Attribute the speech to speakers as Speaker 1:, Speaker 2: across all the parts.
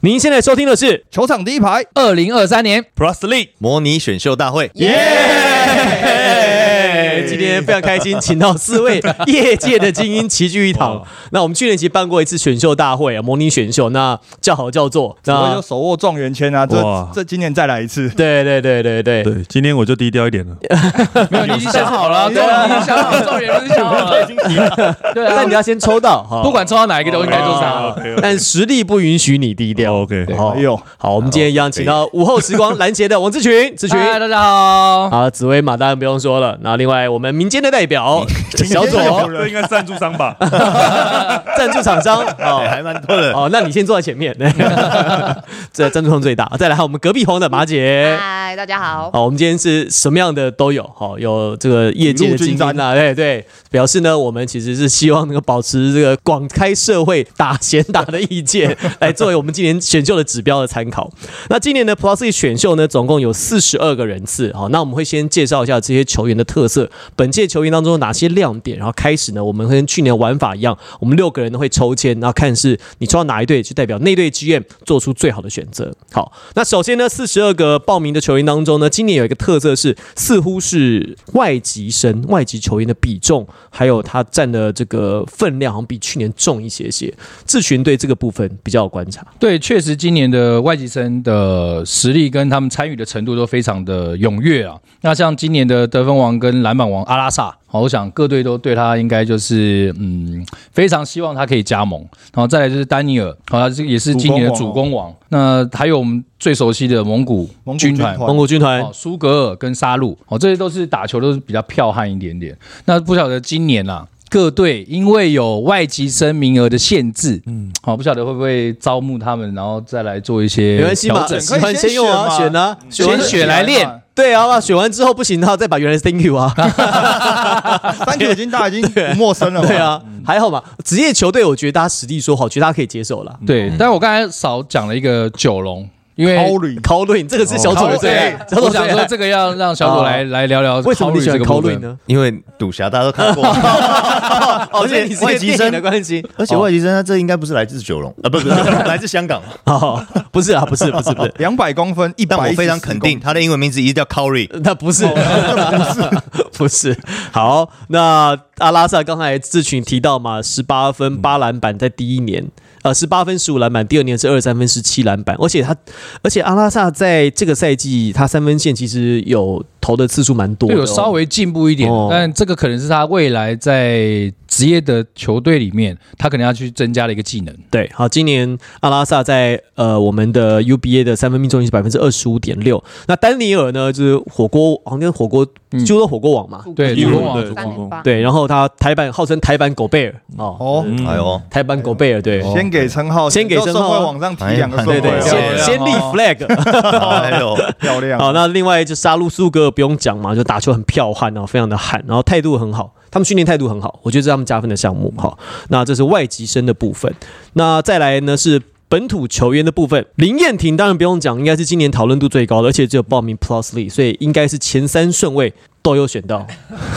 Speaker 1: 您现在收听的是
Speaker 2: 球场第一排，
Speaker 3: 二零二三 年
Speaker 1: Plus League，
Speaker 4: 模拟选秀大会，
Speaker 1: 耶！今天非常开心，请到四位 业界的精英齐聚一堂。那我们去年其实办过一次选秀大会啊，模拟选秀，那叫好叫座。
Speaker 2: 我就
Speaker 1: 那
Speaker 2: 手握状元签啊，
Speaker 5: 哇
Speaker 2: 这这今年再来一次。
Speaker 1: 对对对对对，
Speaker 5: 对，今天我就低调一点了。
Speaker 3: 没有，你已经想好了，对啊，你已经想好了，啊重点就是想 好了，对啊
Speaker 1: 但你，要先抽到哈，啊
Speaker 3: 不管抽到哪一个都应该做啥，
Speaker 5: OK
Speaker 1: 但实力不允许你低调。
Speaker 5: 哦 OK，
Speaker 1: 好
Speaker 2: 哎呦，
Speaker 1: 好，我们今天一样请到午后时光篮协的王志群，志群。
Speaker 3: 嗨，大家好，
Speaker 1: 好，紫薇马当然不用说了。那另外我们民间的代表小左
Speaker 5: 哦这应该赞助商吧？
Speaker 1: 赞助厂商
Speaker 4: 哎
Speaker 1: 哦
Speaker 4: 还蛮多的。
Speaker 1: 哦，那你先坐在前面，这赞助商最大。再来，我们隔壁红的马姐。
Speaker 6: 嗨，大家好。
Speaker 1: 好，我们今天是什么样的都有，好、有这个业界的精英
Speaker 2: 雨露均
Speaker 1: 啊，对对，表示呢，我们其实是希望能够保持这个广开社会打 闲打的意见，来作为我们今年选秀的指标的参考。那今年的 Plus League 选秀呢，总共有四十二个人次，好，那我们会先介绍一下这些球员的特色，本届球员当中有哪些亮点，然后开始呢，我们跟去年玩法一样，我们六个人都会抽签，然后看是你抽到哪一队，就代表那队 GM 做出最好的选择。好，那首先呢，四十二个报名的球员当中呢，今年有一个特色是，似乎是外籍生、外籍球员的比重，还有他占的这个分量，好像比去年重一些些。志群对这个部分比较有观察，
Speaker 3: 对，确实今年的外籍生的实力跟他们参与的程度都非常的踊跃啊。那像今年的得分王跟篮板王阿拉萨，好，我想各队都对他应该就是嗯非常希望他可以加盟。然后再来就是丹尼尔，好，他这个也是今年的主攻王。那还有我们最熟悉的蒙古
Speaker 2: 蒙古
Speaker 3: 军
Speaker 2: 军
Speaker 3: 团
Speaker 2: 团。
Speaker 1: 蒙古军团
Speaker 3: 哦，苏格尔跟沙路，哦，这些都是打球都是比较剽悍一点点。那不晓得今年啊，各队因为有外籍生名额的限制，嗯，好、不晓得会不会招募他们，然后再来做一些
Speaker 1: 没关系嘛，
Speaker 3: 调整
Speaker 1: 喜欢先用啊，选啊，
Speaker 3: 先选来练。
Speaker 1: 对啊，那选完之后不行的话，再把原来的 Thank you 啊，
Speaker 2: 三球已经大家已经不陌生了嘛。
Speaker 1: 对，啊，还好嘛。职业球队，我觉得大家实力说好，觉得大家可以接受了。
Speaker 3: 对，但我刚才少讲了一个九龙，因为
Speaker 2: 超旅
Speaker 1: 考论，哦这个是小
Speaker 3: 考
Speaker 1: 左的最爱，小左
Speaker 3: 哎我
Speaker 1: 最
Speaker 3: 想说
Speaker 1: 爱。
Speaker 3: 这个要让小左来来聊聊
Speaker 1: 哦为什么你喜欢考论？呢？
Speaker 4: 因为赌侠大家都看过，
Speaker 1: 啊而
Speaker 4: 而
Speaker 1: 且你
Speaker 4: 且
Speaker 1: 是
Speaker 4: 外
Speaker 1: 外
Speaker 4: 籍
Speaker 1: 籍
Speaker 4: 生
Speaker 1: 生的关系，
Speaker 4: 而且外籍生他这应该不是来自九龙啊，不是不 是来自香港。
Speaker 1: 哦，不是啊，不是，不是，不是，
Speaker 2: 两百公分，一
Speaker 4: 但
Speaker 2: 百
Speaker 4: 我非常肯定，他的英文名字一定叫 Corey。
Speaker 1: 那不
Speaker 3: 哦
Speaker 1: 是， 不是。好，那阿拉萨刚才志群提到嘛，十八分八篮板在第一年，呃，十八分十五篮板，第二年是二三分十七篮板，而且他，而且阿拉萨在这个赛季他三分线其实有投的次数蛮多
Speaker 3: 对，
Speaker 1: 的哦，
Speaker 3: 有稍微进步一点，
Speaker 1: 哦
Speaker 3: 但这个可能是他未来在职业的球队里面，他可能要去增加的一个技能。
Speaker 1: 对，好，今年阿拉萨在呃我们的 UBA 的三分命中率是百分之二十五点六。那丹尼尔呢，就是火锅好像跟火锅
Speaker 3: 嗯
Speaker 1: 就说火锅网嘛，
Speaker 3: 对，
Speaker 5: 一
Speaker 3: 主
Speaker 5: 路
Speaker 3: 攻王，
Speaker 5: 对
Speaker 3: 主攻
Speaker 6: 三连八，
Speaker 1: 对，然后他台版号称台版狗贝尔哦，
Speaker 2: 哦。
Speaker 5: 嗯
Speaker 4: 哎呦，
Speaker 1: 台版狗贝尔对。
Speaker 2: 先给称号，
Speaker 1: 先给
Speaker 2: 就
Speaker 1: 称号啊哎
Speaker 2: 顺位往上提两个顺
Speaker 1: 对对，
Speaker 2: 位，
Speaker 4: 哦
Speaker 1: 先
Speaker 3: 哦
Speaker 1: 先立
Speaker 3: 哦
Speaker 1: flag。
Speaker 4: 哎呦，
Speaker 2: 漂亮。
Speaker 1: 好，那另外就杀戮苏格尔不用讲嘛，就打球很彪悍哦，非常的悍，然后态度很好，他们训练态度很好，我觉得这是他们加分的项目哈。那这是外籍生的部分，那再来呢是本土球员的部分，林彦廷当然不用讲，应该是今年讨论度最高的，而且只有报名 Plus League，所以应该是前三顺位都有选到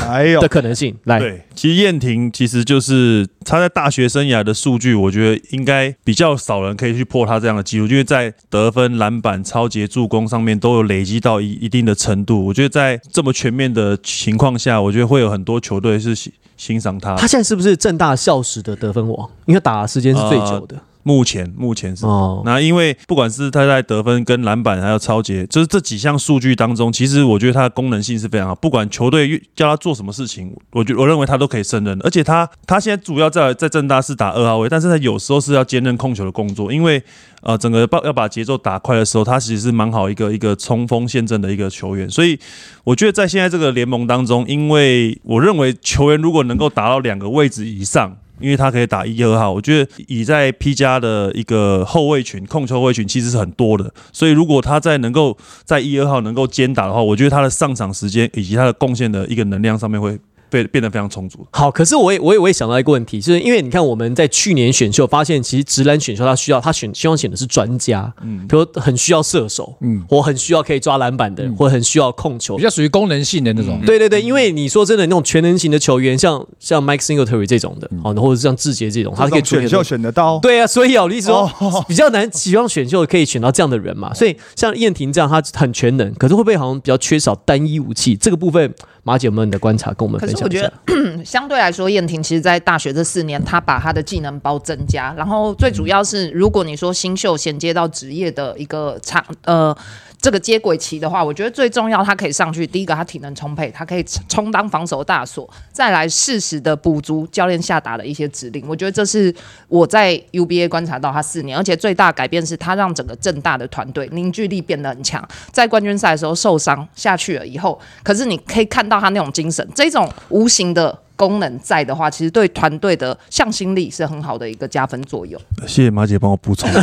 Speaker 2: 哎呦
Speaker 1: 的，可能性。来，
Speaker 5: 对，其实燕婷其实就是她在大学生涯的数据，我觉得应该比较少人可以去破她这样的记录，因为在得分、篮板、超节、助攻上面都有累积到一一定的程度。我觉得在这么全面的情况下，我觉得会有很多球队是欣欣赏她。
Speaker 1: 他现在是不是正大校史的得分王？因为打的时间是最久的
Speaker 5: 目前目前是
Speaker 1: 哦。
Speaker 5: 那因为不管是他在得分、跟篮板，还有超节，就是这几项数据当中，其实我觉得他的功能性是非常好。不管球队叫他做什么事情，我觉我认为他都可以胜任。而且他他现在主要在在正大是打二号位，但是他有时候是要兼任控球的工作，因为呃整个把要把节奏打快的时候，他其实是蛮好一个一个冲锋陷阵的一个球员。所以我觉得在现在这个联盟当中，因为我认为球员如果能够达到两个位置以上。因为他可以打一二号，我觉得以在 P 加的一个后卫群、控球后卫群其实是很多的，所以如果他在能够在一二号能够兼打的话，我觉得他的上场时间以及他的贡献的一个能量上面会变变得非常充足。
Speaker 1: 好，可是我也我也我也想到一个问题，就是因为你看我们在去年选秀发现，其实直男选秀他需要他选希望选的是专家，嗯，比如很需要射手，嗯，或很需要可以抓篮板的人，或很需要控球
Speaker 3: 比。较属嗯于功能性的那种。
Speaker 1: 对对对，因为你说真的，那种全能型的球员，像像 Mike Singletary 这种的，哦，或者是像志杰这种，他可以处理
Speaker 2: 选
Speaker 1: 很
Speaker 2: 秀
Speaker 1: 多
Speaker 2: 选得到，
Speaker 1: 对啊，所以啊，我的意思说，比较难期望选秀可以选到这样的人嘛。所以像燕婷这样，她很全能，可是会不会好像比较缺少单一武器？这个部分，马姐有没有你的观察跟我们
Speaker 6: 可
Speaker 1: 分
Speaker 6: 是
Speaker 1: 享
Speaker 6: 我
Speaker 1: 一
Speaker 6: 觉
Speaker 1: 下
Speaker 6: 得？相对来说，燕婷其实在大学这四年，她把她的技能包增加，然后最主要是，如果你说新秀衔接到职业的一个长呃。这个接轨期的话，我觉得最重要，她可以上去。第一个，她体能充沛，她可以充当防守大锁，再来适时的补足教练下达的一些指令。我觉得这是我在 UBA 观察到他四年，而且最大改变是他让整个正大的团队凝聚力变得很强。在冠军赛的时候受伤下去了以后，可是你可以看到他那种精神，这种无形的。功能在的话，其实对团队的向心力是很好的一个加分作用。
Speaker 5: 谢谢马姐帮我补充。
Speaker 3: 等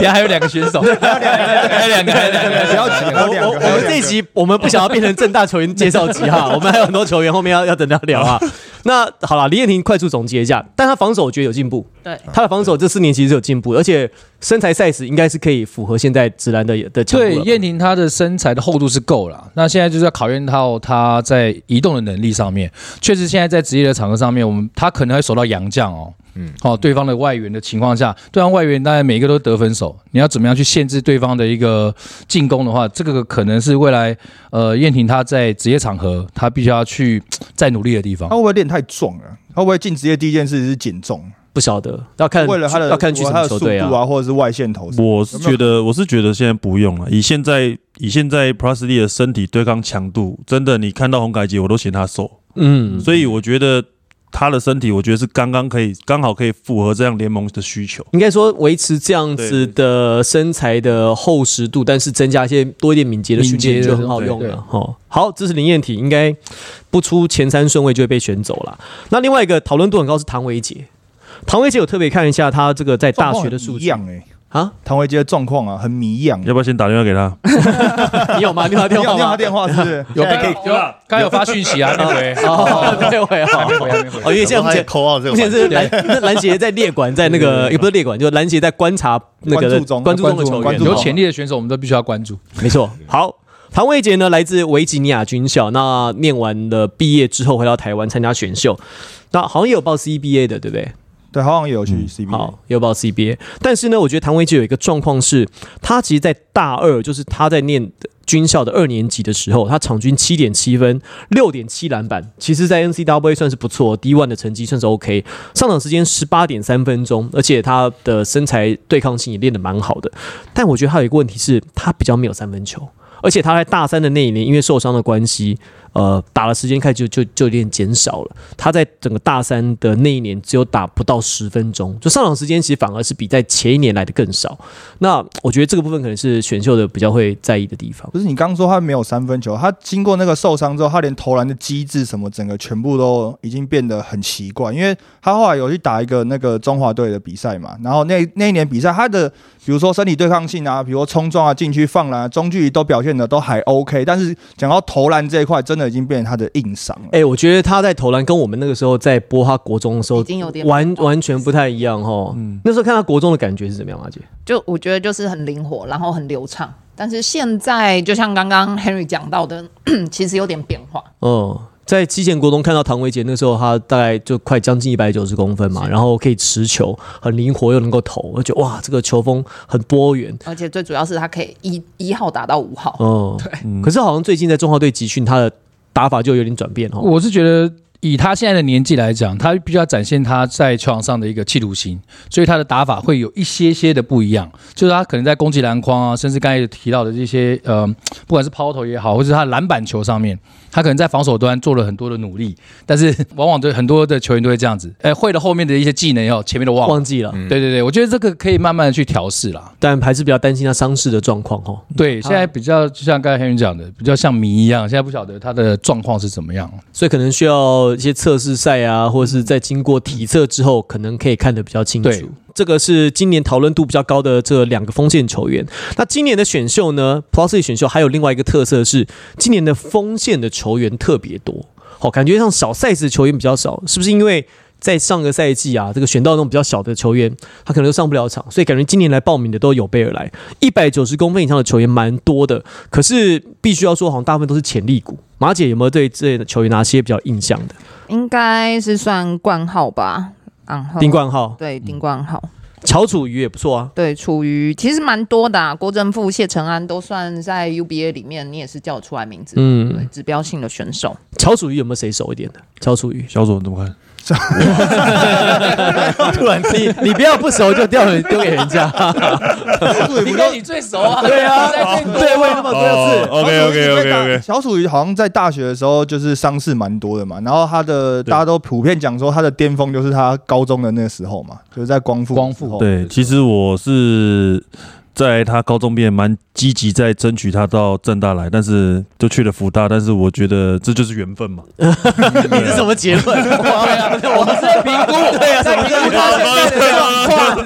Speaker 3: 一下还有两个选手，还有两个，还有两个，
Speaker 2: 不要急，还有两
Speaker 1: 我
Speaker 2: 个，
Speaker 1: 我
Speaker 2: 还有
Speaker 1: 们
Speaker 2: 两
Speaker 1: 这一
Speaker 2: 个
Speaker 1: 集我们不想要变成正大球员介绍集哈，我们还有很多球员后面要要等他聊啊。那好了，李燕婷快速总结一下，但她防守我觉得有进步，
Speaker 6: 对，
Speaker 1: 她的防守这四年其实是有进步，而且身材 size 应该是可以符合现在直男的的强度
Speaker 3: 对，
Speaker 1: 了
Speaker 3: 燕婷她的身材的厚度是够了，那现在就是要考验到她在移动的能力上面。确实，现在在职业的场合上面，我们她可能会守到洋将哦，嗯，哦，对方的外援的情况下，对方外援当然每一个都是得分手，你要怎么样去限制对方的一个进攻的话，这个可能是未来呃燕婷她在职业场合她必须要去再努力的地方
Speaker 2: 他。会不会练太壮了？他会不会进职业第一件事是减重？
Speaker 1: 不晓得要看
Speaker 2: 为了他的
Speaker 1: 要看去什
Speaker 2: 他
Speaker 1: 么
Speaker 2: 的
Speaker 1: 球
Speaker 2: 速
Speaker 1: 队
Speaker 2: 度啊，或者是外线投手，
Speaker 5: 我是觉得，我是觉得现在不用了。以现在以现在 Presley 的身体对抗强度，真的，你看到洪凯杰，我都嫌他瘦，
Speaker 1: 嗯，
Speaker 5: 所以我觉得他的身体，我觉得是刚刚可以，刚好可以符合这样联盟的需求。
Speaker 1: 应该说维持这样子的身材的厚实度，但是增加一些多一点敏捷的训
Speaker 3: 敏捷
Speaker 1: 练
Speaker 3: 的
Speaker 1: 就很好用
Speaker 3: 对
Speaker 1: 了。哦，好，这是林彦廷，应该不出前三顺位就会被选走了。那另外一个讨论度很高是唐维杰，唐维杰我特别看一下他这个在大学的数
Speaker 2: 一
Speaker 1: 据
Speaker 2: 样哎，
Speaker 1: 啊，
Speaker 2: 唐维杰的状况啊，很迷样。
Speaker 5: 要不要先打电话给他？，
Speaker 1: 你有吗？你有他
Speaker 2: 你
Speaker 1: 电话
Speaker 2: 有你有
Speaker 1: 吗
Speaker 2: 他？电话是 不是？
Speaker 3: 有
Speaker 4: 现在可以
Speaker 3: 刚有刚刚有发讯息啊，那回
Speaker 1: 哦，对，我也好
Speaker 3: 还没。回，还没回
Speaker 1: 哦，因为现在目前
Speaker 4: 扣号这个
Speaker 1: 目
Speaker 4: 环
Speaker 1: 前
Speaker 4: 节，
Speaker 1: 是篮那篮协在列管，在那个也不是列管，就是篮协在观察那个
Speaker 2: 关注中
Speaker 1: 关注中的球员，哦
Speaker 2: 关注
Speaker 3: 有
Speaker 2: 中
Speaker 3: 潜力的选手，我们都必须要关注。
Speaker 1: 没错。好，唐维杰呢，来自维吉尼亚军校，那念完了毕业之后回到台湾参加选秀，那好像也有报 CBA 的，对不对？
Speaker 2: 对，好像也有去 CBA，
Speaker 1: 嗯好，也有报 CBA，但是呢，我觉得唐维杰有一个状况是，他其实，在大二，就是他在念军校的二年级的时候，他场均七点七分，六点七篮板，其实，在 NCAA 算是不错，D one 的成绩算是 OK，上场时间十八点三分钟，而且他的身材对抗性也练得蛮好的。但我觉得他有一个问题是，他比较没有三分球，而且他在大三的那一年，因为受伤的关系，呃，打的时间开始就就就有点减少了。他在整个大三的那一年，只有打不到十分钟，就上场时间其实反而是比在前一年来的更少。那我觉得这个部分可能是选秀的比较会在意的地方。
Speaker 2: 不是你刚说他没有三分球，他经过那个受伤之后，他连投篮的机制什么，整个全部都已经变得很奇怪。因为他后来有去打一个那个中华队的比赛嘛，然后那那一年比赛，他的比如说身体对抗性啊，比如说冲撞啊、禁区放篮、啊、中距离都表现的都还 OK，但是讲到投篮这一块，真的已经变成他的硬伤了。
Speaker 1: 哎、我觉得他在投篮跟我们那个时候在播他国中的时候
Speaker 6: 已经有点
Speaker 1: 完完全不太一样哦。那时候看他国中的感觉是怎么样，啊马姐？
Speaker 6: 就我觉得就是很灵活，然后很流畅。但是现在就像刚刚 Henry 讲到的， 其实有点变化。
Speaker 1: 嗯，在七贤国中看到唐维杰那时候，他大概就快将近一百九十公分嘛，然后可以持球，很灵活又能够投，我就觉得哇，这个球风很多元。
Speaker 6: 而且最主要是他可以一一号打到五号，
Speaker 1: 嗯，可是好像最近在中华队集训，他的打法就有点转变哦。
Speaker 3: 我是觉得。以他现在的年纪来讲，他必须要展现他在球场上的一个企图心，所以他的打法会有一些些的不一样。就是他可能在攻击篮筐啊，甚至刚才有提到的这些呃，不管是抛投也好，或者是他篮板球上面，他可能在防守端做了很多的努力，但是往往对很多的球员都会这样子，哎，会了后面的一些技能以后，前面都忘了。
Speaker 1: 忘记了，
Speaker 3: 对对对，我觉得这个可以慢慢的去调试啦。
Speaker 1: 但还是比较担心他伤势的状况哦。
Speaker 3: 对，现在比较就像刚才 Henry 讲的，比较像迷一样，现在不晓得他的状况是怎么样。
Speaker 1: 所以可能需要一些测试赛啊，或者是在经过体测之后，可能可以看得比较清楚
Speaker 3: 对。
Speaker 1: 这个是今年讨论度比较高的这两个锋线球员。那今年的选秀呢，Plus 选秀还有另外一个特色是，今年的锋线的球员特别多。好，感觉像小 size 的球员比较少，是不是因为在上个赛季啊，这个选到那种比较小的球员，他可能都上不了场，所以感觉今年来报名的都有备而来。一百九十公分以上的球员蛮多的，可是必须要说，好像大部分都是潜力股。马姐有没有对这类的球员哪些比较印象的？
Speaker 6: 应该是算冠号吧。然后
Speaker 1: 丁冠嗯浩、
Speaker 6: 对丁冠浩，
Speaker 1: 乔楚瑜也不错啊。
Speaker 6: 对楚瑜其实蛮多的、啊，郭正富、谢承安都算在 UBA 里面，你也是叫得出来名字，对
Speaker 1: 嗯，
Speaker 6: 指标性的选手。
Speaker 1: 乔楚瑜有没有谁熟一点的？乔楚瑜
Speaker 5: 小左你怎么看？
Speaker 4: 突然
Speaker 1: 你你不要不熟就掉人丢给人家。
Speaker 3: 应该你最熟啊，
Speaker 1: 对啊，对，为那么多次。
Speaker 5: OK OK OK OK，
Speaker 2: 小楚瑜好像在大学的时候就是伤势蛮多的嘛，然后他的
Speaker 5: 对
Speaker 2: 大家都普遍讲说他的巅峰就是他高中的那个时候嘛，就是在光复
Speaker 3: 光复
Speaker 2: 的时候
Speaker 5: 对，其实我是在他高中毕业蛮积极在争取他到正大来，但是就去了福大，但是我觉得这就是缘分嘛。
Speaker 1: 你是什么结论？ 我们是在评估，对啊，什么评估他现在的状况？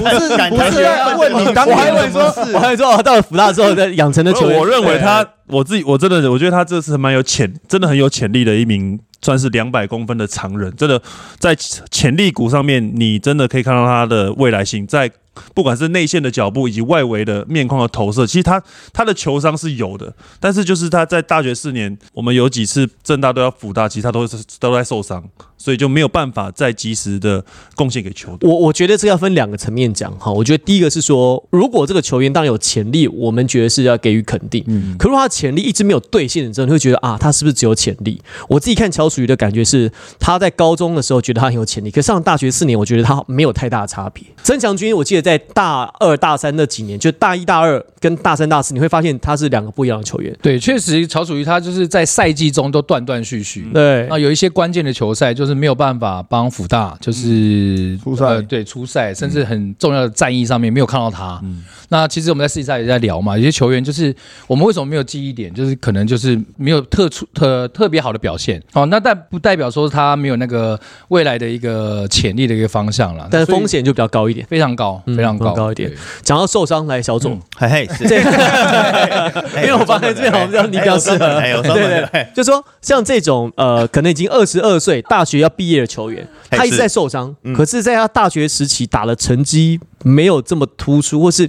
Speaker 2: 不是
Speaker 4: 感
Speaker 2: 不
Speaker 4: 慨
Speaker 2: 是要 问你当
Speaker 1: 我还以
Speaker 2: 年
Speaker 1: 为
Speaker 2: 为
Speaker 1: 说，我还以为说，哦到了福大之后的养成的球员，
Speaker 5: 我认为他，我自己我真的我觉得他这是蛮有潜，真的很有潜力的一名，算是两百公分的常人。真的在潜力股上面，你真的可以看到他的未来性，在不管是内线的脚步以及外围的面框的投射，其实他他的球商是有的，但是就是他在大学四年，我们有几次正大都要辅大，其实他都是都在受伤，所以就没有办法再及时的贡献给球队。
Speaker 1: 我我觉得这个要分两个层面讲哈，我觉得第一个是说，如果这个球员当然有潜力，我们觉得是要给予肯定。嗯，可如果他的潜力一直没有兑现的时候，你会觉得啊，他是不是只有潜力？我自己看乔楚瑜的感觉是，他在高中的时候觉得他很有潜力，可上了大学四年，我觉得他没有太大的差别。曾祥军，我记得在大二、大三那几年，就大一、大二跟大三、大四，你会发现他是两个不一样的球员。
Speaker 3: 对，确实曹楚瑜他就是在赛季中都断断续续。
Speaker 4: 嗯
Speaker 1: 对，
Speaker 3: 那有一些关键的球赛，就是没有办法帮辅大，就是
Speaker 4: 嗯
Speaker 2: 出赛
Speaker 3: 呃对出赛，甚至很重要的战役上面没有看到他。
Speaker 4: 嗯
Speaker 3: 那其实我们在私底下也在聊嘛，有些球员就是我们为什么没有记忆点，就是可能就是没有特出特特别好的表现。哦，那但不代表说他没有那个未来的一个潜力的一个方向啦，
Speaker 1: 但是风
Speaker 3: 所以
Speaker 1: 险就比较高一点。
Speaker 3: 非常高，
Speaker 1: 嗯
Speaker 3: 非常高，
Speaker 1: 更高一点
Speaker 3: 对。
Speaker 1: 讲到受伤，来小
Speaker 3: 嗯
Speaker 1: 总，
Speaker 4: 嘿嘿，是
Speaker 1: 这
Speaker 4: 哎
Speaker 1: 因为我发现这边好像你比较适合，
Speaker 4: 哎有
Speaker 1: 对
Speaker 4: 专门的
Speaker 1: 对
Speaker 4: 哎
Speaker 1: 对，就说像这种呃，可能已经二十二岁大学要毕业的球员，
Speaker 4: 哎
Speaker 1: 他一直
Speaker 4: 是
Speaker 1: 在受伤，
Speaker 4: 嗯
Speaker 1: 可是在他大学时期打的成绩没有这么突出，或是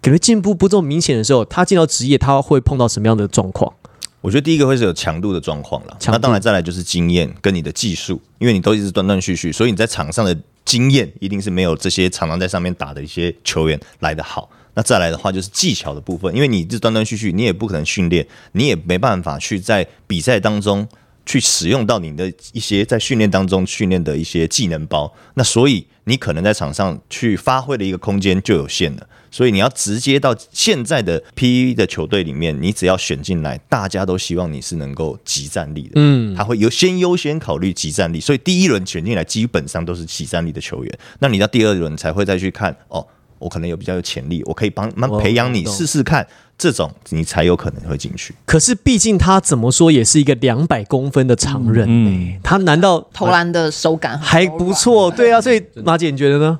Speaker 1: 感觉进步不这么明显的时候，他进到职业他会碰到什么样的状况？
Speaker 4: 我觉得第一个会是有强度的状况了，
Speaker 1: 强度
Speaker 4: 那当然再来就是经验跟你的技术，因为你都一直断断续续，所以你在场上的经验一定是没有这些常常在上面打的一些球员来的好。那再来的话就是技巧的部分，因为你一直断断续续，你也不可能训练，你也没办法去在比赛当中去使用到你的一些在训练当中训练的一些技能包。那所以你可能在场上去发挥的一个空间就有限了。所以你要直接到现在的 P E 的球队里面，你只要选进来，大家都希望你是能够集战力的。嗯，他会优先优先考虑集战力，所以第一轮选进来基本上都是集战力的球员。那你到第二轮才会再去看哦，我可能有比较有潜力，我可以帮慢慢培养你
Speaker 1: 我懂
Speaker 4: 试试看，这种你才有可能会进去。
Speaker 1: 可是毕竟他怎么说也是一个两百公分的常人、
Speaker 5: 嗯
Speaker 1: 他难道
Speaker 6: 投篮的手感很
Speaker 1: 还
Speaker 6: 柔
Speaker 1: 不
Speaker 6: 软
Speaker 1: 错？对啊，所以马姐你觉得呢？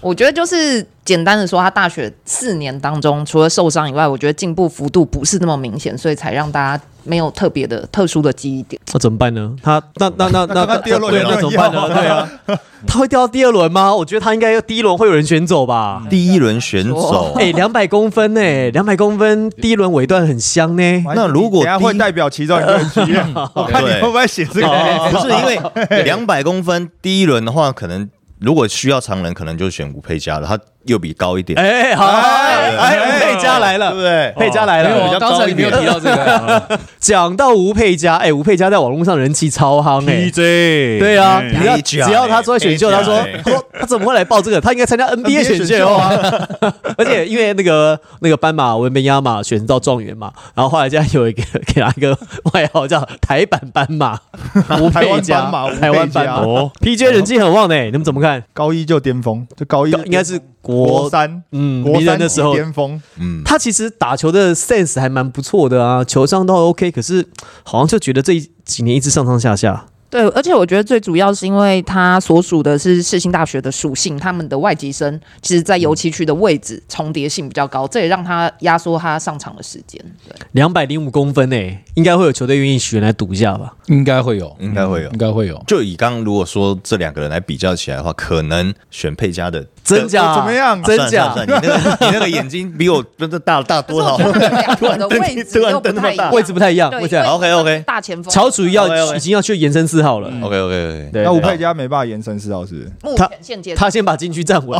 Speaker 6: 我觉得就是简单的说，他大学四年当中，除了受伤以外，我觉得进步幅度不是那么明显，所以才让大家没有特别的特殊的记忆点。
Speaker 1: 那怎么办呢？他那那那那
Speaker 2: 那刚刚第二轮
Speaker 1: 对
Speaker 2: 有
Speaker 1: 那
Speaker 2: 人
Speaker 1: 怎么办
Speaker 2: 要
Speaker 1: 呢？对啊， 他会掉到第二轮吗？我觉得他应该第一轮会有人选走吧。
Speaker 4: 第一轮选手，
Speaker 1: 嗯
Speaker 2: 哦
Speaker 1: 哎，两百公分呢？两百公分，第一轮尾段很香呢。
Speaker 2: 马
Speaker 4: 那如果
Speaker 2: 等一下
Speaker 4: 第一
Speaker 2: 会代表其中一个人去， 我看你
Speaker 4: 对哦
Speaker 2: 会不会写 这个。
Speaker 4: 不是因为两百公分第一轮的话，可能如果需要常人，可能就选吴佩嘉了，他又比高一点，
Speaker 1: 哎，好，哎哎，吴佩嘉来
Speaker 4: 对不
Speaker 1: 了，
Speaker 4: 对？哦
Speaker 1: 佩嘉来
Speaker 3: 没
Speaker 1: 了。
Speaker 3: 有，刚才你没有提到这 个，
Speaker 1: 讲到吴佩嘉，哎，吴佩嘉在网络上人气超夯哎。
Speaker 5: PJ
Speaker 1: 对啊，
Speaker 5: 哎
Speaker 1: 只要只要他出来选秀，
Speaker 4: 佩
Speaker 1: 他
Speaker 4: 嘉
Speaker 1: 说
Speaker 4: 哎
Speaker 1: 他说他怎么会来报这个？他应该参加 NBA 选秀啊。 而且因为那个那个斑马文本亚马选到状元嘛，然后后来家有一个给他一个外号叫台版斑马，吴佩嘉
Speaker 2: 台湾斑马吴，佩嘉
Speaker 1: 台湾斑马
Speaker 5: 哦，
Speaker 1: ，PJ 人气很旺呢，你们怎么看？
Speaker 2: 高一就巅峰，就高一
Speaker 1: 应该是
Speaker 2: 国
Speaker 1: 国
Speaker 2: 三，
Speaker 1: 嗯
Speaker 2: 国
Speaker 1: 迷人
Speaker 2: 三
Speaker 1: 的时候
Speaker 2: 级巅峰，
Speaker 4: 嗯，
Speaker 1: 他其实打球的 sense 还蛮不错的啊，球商都 OK，可是好像就觉得这一几年一直上上下下，
Speaker 6: 对，而且我觉得最主要是因为它所属的是世新大学的属性，他们的外籍生其实在油漆区的位置重叠性比较高，这也让他压缩他上场的时间。
Speaker 1: 两百零五公分诶、应该会有球队愿意选来赌一下吧？
Speaker 3: 应该会有，
Speaker 4: 应该会有
Speaker 3: 应。该会有。
Speaker 4: 就以刚刚如果说这两个人来比较起来的话，可能选佩佳的
Speaker 1: 真假？
Speaker 2: 呃怎么样
Speaker 1: 真
Speaker 4: 啊
Speaker 1: 假？
Speaker 4: 算了算了你那个你那个眼睛比我真的大大
Speaker 6: 可是
Speaker 4: 多
Speaker 6: 我
Speaker 4: 少
Speaker 6: 觉得他们两个的位置
Speaker 4: 突然
Speaker 6: 又不
Speaker 4: 灯那
Speaker 6: 太
Speaker 4: 么
Speaker 6: 一
Speaker 4: 大
Speaker 6: 样，
Speaker 1: 位置不太一样，
Speaker 6: 对
Speaker 1: 位置不太一样
Speaker 4: OK，OK
Speaker 6: 大前锋
Speaker 1: 曹楚瑜要
Speaker 4: OK，OK
Speaker 1: 已经要去延伸四号了。哦
Speaker 4: ？OK OK OK，
Speaker 1: 对
Speaker 2: 那吴
Speaker 1: 对
Speaker 2: 佩嘉没办法延伸四号是
Speaker 6: 目
Speaker 1: 他
Speaker 6: 前现阶
Speaker 1: 对
Speaker 6: 段
Speaker 1: 他先把禁区站稳，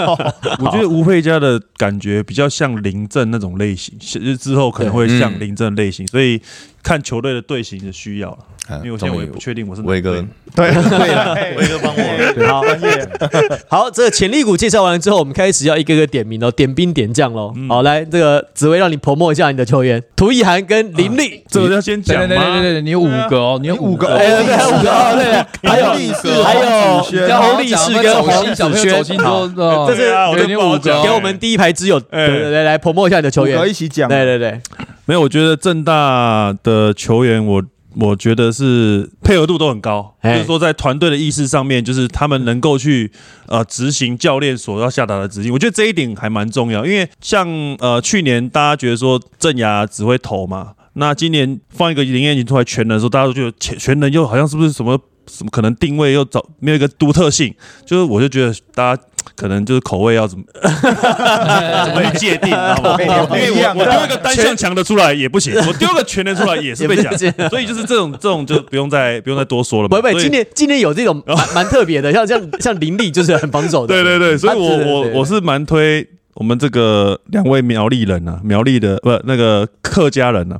Speaker 5: 我觉得吴佩嘉的感觉比较像林振那种类型，是之后可能会像林振类型，所以看球队的队形的需要了。
Speaker 4: 嗯
Speaker 5: 因为我现在我也不确定我是哪
Speaker 4: 威哥
Speaker 5: 队，
Speaker 2: 对对，
Speaker 4: 威哥帮我，
Speaker 1: 好， 好，这个潜力股介绍完了之后，我们开始要一个个点名喽，点兵点将喽。好，来，这个紫薇让你 promo 一下你的球员，涂意涵跟林立。
Speaker 5: 啊这个要先
Speaker 3: 对对
Speaker 5: 讲
Speaker 3: 对
Speaker 5: 吗
Speaker 3: 对？对，你有五个哦，你有
Speaker 2: 五个
Speaker 3: 个
Speaker 2: 哦
Speaker 1: 哎，对，还有五个，哦对，还有
Speaker 2: 历史
Speaker 1: 还有
Speaker 2: 黄子轩
Speaker 1: 然后力士跟黄子
Speaker 3: 小朋
Speaker 1: 轩
Speaker 3: 友走心
Speaker 1: 好
Speaker 3: 多的，
Speaker 1: 这是
Speaker 5: 对啊我
Speaker 3: 对
Speaker 5: 都
Speaker 3: 你
Speaker 5: 不好
Speaker 3: 五个
Speaker 5: 讲
Speaker 3: 哦
Speaker 1: 给我们第一排之友，
Speaker 5: 哎
Speaker 1: 对对对来来 promo 一下你的球
Speaker 2: 五个
Speaker 1: 员
Speaker 2: 一。起讲，
Speaker 1: 对对对，
Speaker 5: 没有，我觉得正大的球员我。我觉得是配合度都很高，就
Speaker 1: 哎
Speaker 5: 是说在团队的意识上面，就是他们能够去呃执行教练所要下达的指令。我觉得这一点还蛮重要，因为像呃去年大家觉得说镇牙只会投嘛，那今年放一个林彦廷出来全能的时候，大家都觉得全全能又好像是不是什么什么可能定位又找没有一个独特性，就是我就觉得大家。可能就是口味 要怎么怎么去界定，你知道吗？因为
Speaker 2: 一样啊
Speaker 5: 我
Speaker 2: 的
Speaker 5: 我丢一个单向强的出来也不行，我丢个全能出来也是被讲
Speaker 1: 也不是，
Speaker 5: 所以就是这种这种就不用再不用再多说了嘛。
Speaker 1: 不不，
Speaker 5: 所以
Speaker 1: 今天今天有这 种蛮蛮特别的，像像像林立就是很防守的，
Speaker 5: 对对对，所以
Speaker 1: 啊
Speaker 5: 我
Speaker 1: 对对
Speaker 5: 我
Speaker 1: 对
Speaker 5: 我是蛮推我们这个两位苗栗人啊，苗栗的不那个客家人啊，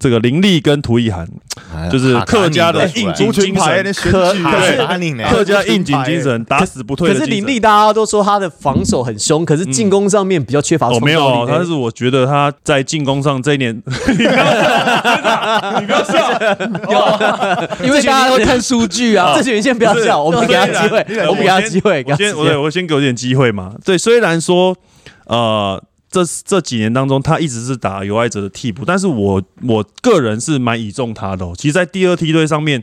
Speaker 5: 这个林立跟涂意涵，
Speaker 4: 哎
Speaker 5: 就是客家的应
Speaker 2: 族
Speaker 5: 景
Speaker 2: 群
Speaker 5: 精
Speaker 2: 牌
Speaker 5: 神
Speaker 2: 那，选
Speaker 1: 可
Speaker 2: 举，
Speaker 1: 可
Speaker 5: 是
Speaker 4: 阿宁呢？
Speaker 1: 哎
Speaker 5: 客家应景精神，打死不退
Speaker 1: 可
Speaker 5: 的
Speaker 1: 是
Speaker 5: 精
Speaker 1: 林
Speaker 5: 神嗯
Speaker 1: 立。大家都说他的防守很凶，可是进攻上面比较缺乏
Speaker 5: 哦，
Speaker 1: 创造
Speaker 5: 没
Speaker 1: 力。
Speaker 5: 有哦，
Speaker 1: 哎
Speaker 5: 但是我觉得他在进攻上这一年，哦
Speaker 3: 因为大家会看数据啊
Speaker 1: 这。群人先不要笑，我们给他机会，我们给他机会，给
Speaker 5: 我
Speaker 1: 他
Speaker 5: 先
Speaker 1: 机
Speaker 5: 我对
Speaker 1: 会。
Speaker 5: 我先给我点机会嘛。对，虽然说呃这这几年当中他一直是打有爱者的替补，但是我我个人是蛮倚重他的、哦。其实，在第二梯队上面。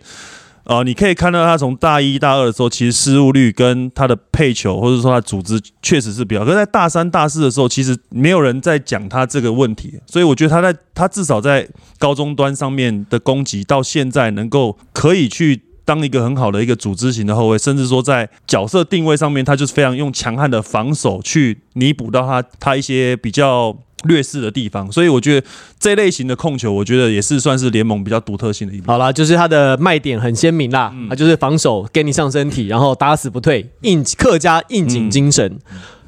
Speaker 5: 呃，你可以看到他从大一、大二的时候，其实失误率跟他的配球，或者说他的组织，确实是比较。可是在大三、大四的时候，其实没有人在讲他这个问题，所以我觉得他在他至少在高中端上面的攻击，到现在能够可以去。当一个很好的一个组织型的后卫，甚至说在角色定位上面，他就是非常用强悍的防守去弥补到他他一些比较劣势的地方，所以我觉得这类型的控球，我觉得也是算是联盟比较独特性的一部分。
Speaker 1: 好啦，就是他的卖点很鲜明啦，
Speaker 5: 嗯
Speaker 1: 他就是防守给你上身体，然后打死不退，应客家应
Speaker 5: 嗯
Speaker 1: 景精神。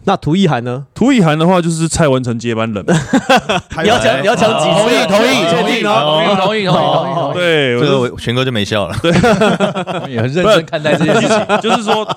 Speaker 1: 那涂意涵呢？
Speaker 5: 涂以涵的话，就是蔡文成接班人嘛，
Speaker 1: 你要讲你要讲几
Speaker 3: 哦同意
Speaker 1: 次？
Speaker 3: 同意
Speaker 1: 确
Speaker 3: 同意
Speaker 1: 定哦。
Speaker 3: 同意同意同意同意同意
Speaker 5: 对，
Speaker 4: 这
Speaker 5: 我就
Speaker 4: 个我全哥就没笑了。
Speaker 3: 同意，很认真看待这件事情。
Speaker 5: 就是说，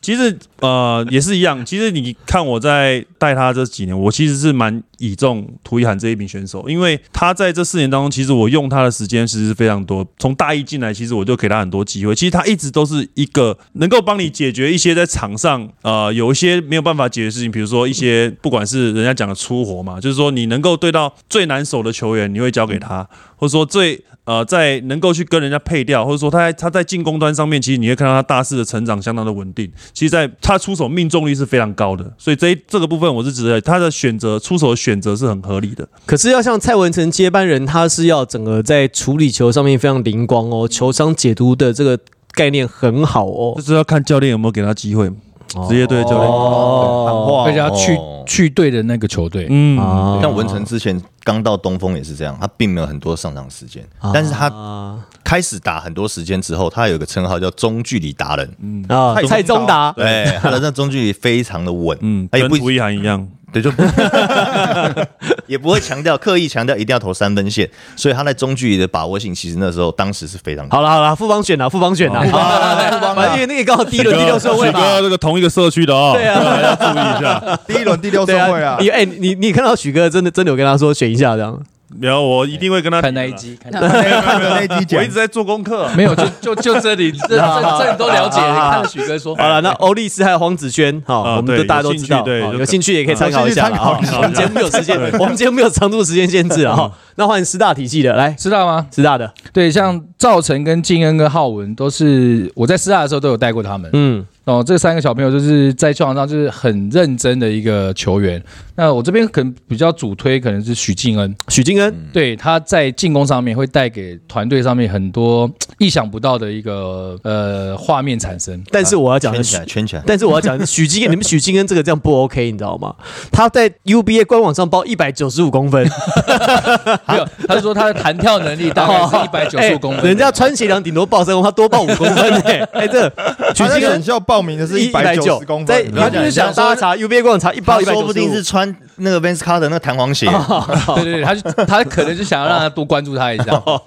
Speaker 5: 其实呃也是一样。其实你看我在带他这几年，我其实是蛮倚重涂一涵这一名选手，因为他在这四年当中，其实我用他的时间其实是非常多。从大一进来，其实我就给他很多机会。其实他一直都是一个能够帮你解决一些在场上呃有一些没有办法解决的事情，比如说一些不管是人家讲的粗活嘛，就是说你能够对到最难守的球员，你会交给他，或者说最呃，在能够去跟人家配调，或者说他在他在进攻端上面，其实你会看到他大四的成长相当的稳定。其实在他出手命中率是非常高的，所以这一这个部分我是指的他的选择出手的选择是很合理的。
Speaker 1: 可是要像蔡文成接班人，他是要整个在处理球上面非常灵光哦，球商解读的这个概念很好哦
Speaker 5: 这。是要看教练有没有给他机会，职业队的教练。
Speaker 1: 哦，
Speaker 2: 喊话
Speaker 3: 而且要去
Speaker 4: 哦
Speaker 3: 去对的那个球队，
Speaker 5: 嗯，
Speaker 1: 啊
Speaker 4: 像文成之前刚到东风也是这样，他并没有很多上场时间，但是他
Speaker 1: 啊
Speaker 4: 开始打很多时间之后，他有个称号叫中距离达人。
Speaker 5: 嗯
Speaker 1: 啊蔡
Speaker 2: 蔡
Speaker 1: 宗
Speaker 2: 宗
Speaker 1: 达
Speaker 2: 达
Speaker 4: 对，他的那中距离非常的稳，
Speaker 5: 嗯，
Speaker 4: 他也
Speaker 5: 跟
Speaker 4: 不
Speaker 5: 涂一涵一样，
Speaker 4: 对，就 也不会强调刻意强调一定要投三分线，所以他在中距离的把握性，其实那时候当时是非常高。
Speaker 1: 好了好了，副帮选了，副帮选了，好啦好啦反正因为那个刚好第一轮第六顺位
Speaker 5: 许
Speaker 1: 嘛。
Speaker 5: 哥这个同一个社区的哦，
Speaker 1: 对 啊
Speaker 5: 大家要注意一下。
Speaker 2: 第一轮第六顺
Speaker 1: 对
Speaker 2: 位啊
Speaker 1: 啊，你，哎、你你看到许哥真的真的有跟他说选一下这样，
Speaker 5: 然后我一定会跟他
Speaker 3: 看那
Speaker 5: 比
Speaker 3: 一
Speaker 5: 的啦，
Speaker 3: 集，看
Speaker 1: 啊
Speaker 2: 看了那一集
Speaker 5: 我
Speaker 2: 讲
Speaker 5: 一直，在做功课。
Speaker 3: 没有，就就就这里，这这这你都了解，看了许哥说
Speaker 1: 好了，那欧丽丝还有黄子轩，哈，
Speaker 5: 啊
Speaker 1: 我们就
Speaker 5: 对
Speaker 1: 大家都
Speaker 5: 有兴
Speaker 1: 知
Speaker 5: 趣
Speaker 1: 道，
Speaker 5: 对
Speaker 1: 好
Speaker 5: 就
Speaker 1: 有兴趣也可以参考一下啦。
Speaker 2: 好
Speaker 1: 哈
Speaker 2: 有兴趣参
Speaker 1: 我
Speaker 2: 考一下
Speaker 1: 们节目有时间，我们节目有长度时间限制啊。哈那换师大体系的来，
Speaker 3: 知道吗？
Speaker 1: 师大的，
Speaker 3: 对，像赵晨、跟静恩、跟浩文，都是我在师大的时候都有带过他们。
Speaker 1: 嗯，
Speaker 3: 哦，这三个小朋友就是在球场上就是很认真的一个球员。那我这边可能比较主推可能是许敬恩，
Speaker 1: 许金恩，
Speaker 3: 对，他在进攻上面会带给团队上面很多意想不到的一个呃画面产生。
Speaker 1: 但是我要讲
Speaker 4: 圈
Speaker 1: 的
Speaker 4: 啊起
Speaker 1: 许
Speaker 4: 来，圈起来。
Speaker 1: 但是我要讲许金恩，你们许金恩这个这样不 OK，你知道吗？他在 UBA 官网上报一百九十五公分，啊
Speaker 3: 没有，他是说他的弹跳能力大概是一百九十五公分，
Speaker 1: 哦哎人家穿鞋量顶多报三公分，他多报五公分哎、哎，这许
Speaker 2: 他在
Speaker 1: 金
Speaker 2: 选
Speaker 1: 恩
Speaker 2: 校报名的是
Speaker 1: 一
Speaker 2: 一百九十公
Speaker 1: 在
Speaker 2: 分
Speaker 1: 你，
Speaker 4: 不要讲
Speaker 1: 就是想大家查 UBA 官网查一报
Speaker 4: 他
Speaker 1: 一百
Speaker 4: 说
Speaker 1: 九
Speaker 4: 不
Speaker 1: 十
Speaker 4: 定
Speaker 1: 五啊
Speaker 4: 是。穿那个 Vans Carter 那个弹 簧鞋，
Speaker 3: 对对对，他就他可能就想要让他多关注他一 下，